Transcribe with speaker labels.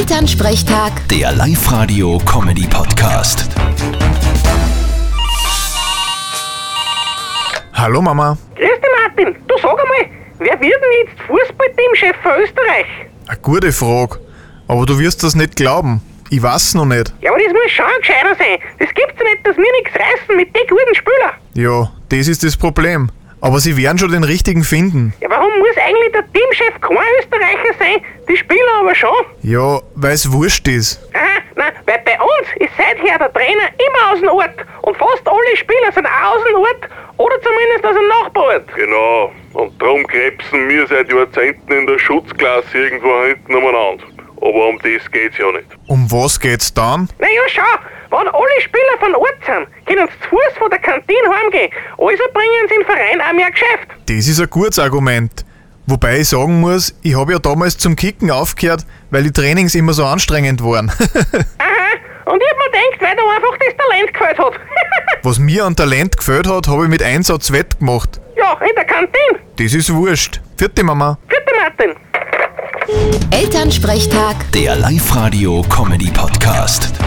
Speaker 1: Elternsprechtag,
Speaker 2: Der Live-Radio-Comedy-Podcast.
Speaker 3: Hallo Mama.
Speaker 4: Grüß dich, Martin. Du sag einmal, wer wird denn jetzt Fußballteamchef von Österreich?
Speaker 3: Eine gute Frage. Aber du wirst das nicht glauben. Ich weiß noch nicht.
Speaker 4: Ja, aber das muss schon ein Gescheiter sein. Das gibt's ja nicht, dass wir nichts reißen mit den guten Spieler.
Speaker 3: Ja, das ist das Problem. Aber sie werden schon den richtigen finden.
Speaker 4: Ja, warum muss eigentlich der Teamchef kein Österreicher sein? Die Spieler aber schon.
Speaker 3: Ja, weil es wurscht ist.
Speaker 4: Aha, nein, weil bei uns ist seither der Trainer immer aus dem Ort und fast alle Spieler sind auch aus dem Ort oder zumindest aus dem Nachbarort.
Speaker 5: Genau. Und darum krebsen wir seit Jahrzehnten in der Schutzklasse irgendwo hinten umeinander. Aber um das geht's ja nicht.
Speaker 3: Um was geht's dann?
Speaker 4: Naja, schau, wenn alle Spieler von Ort sind, können sie zu Fuß von der Kantine heimgehen. Also bringen sie den Verein auch mehr Geschäft.
Speaker 3: Das ist ein gutes Argument. Wobei ich sagen muss, ich habe ja damals zum Kicken aufgehört, weil die Trainings immer so anstrengend waren.
Speaker 4: Aha, und ich hab mir gedacht, weil du einfach das Talent gefällt hat.
Speaker 3: was mir an Talent gefällt hat, habe ich mit Einsatz wettgemacht.
Speaker 4: ja, in der Kantine.
Speaker 3: Das ist wurscht. Vierte Mama.
Speaker 4: Bitte, Martin.
Speaker 1: Elternsprechtag.
Speaker 2: Der Live-Radio-Comedy-Podcast.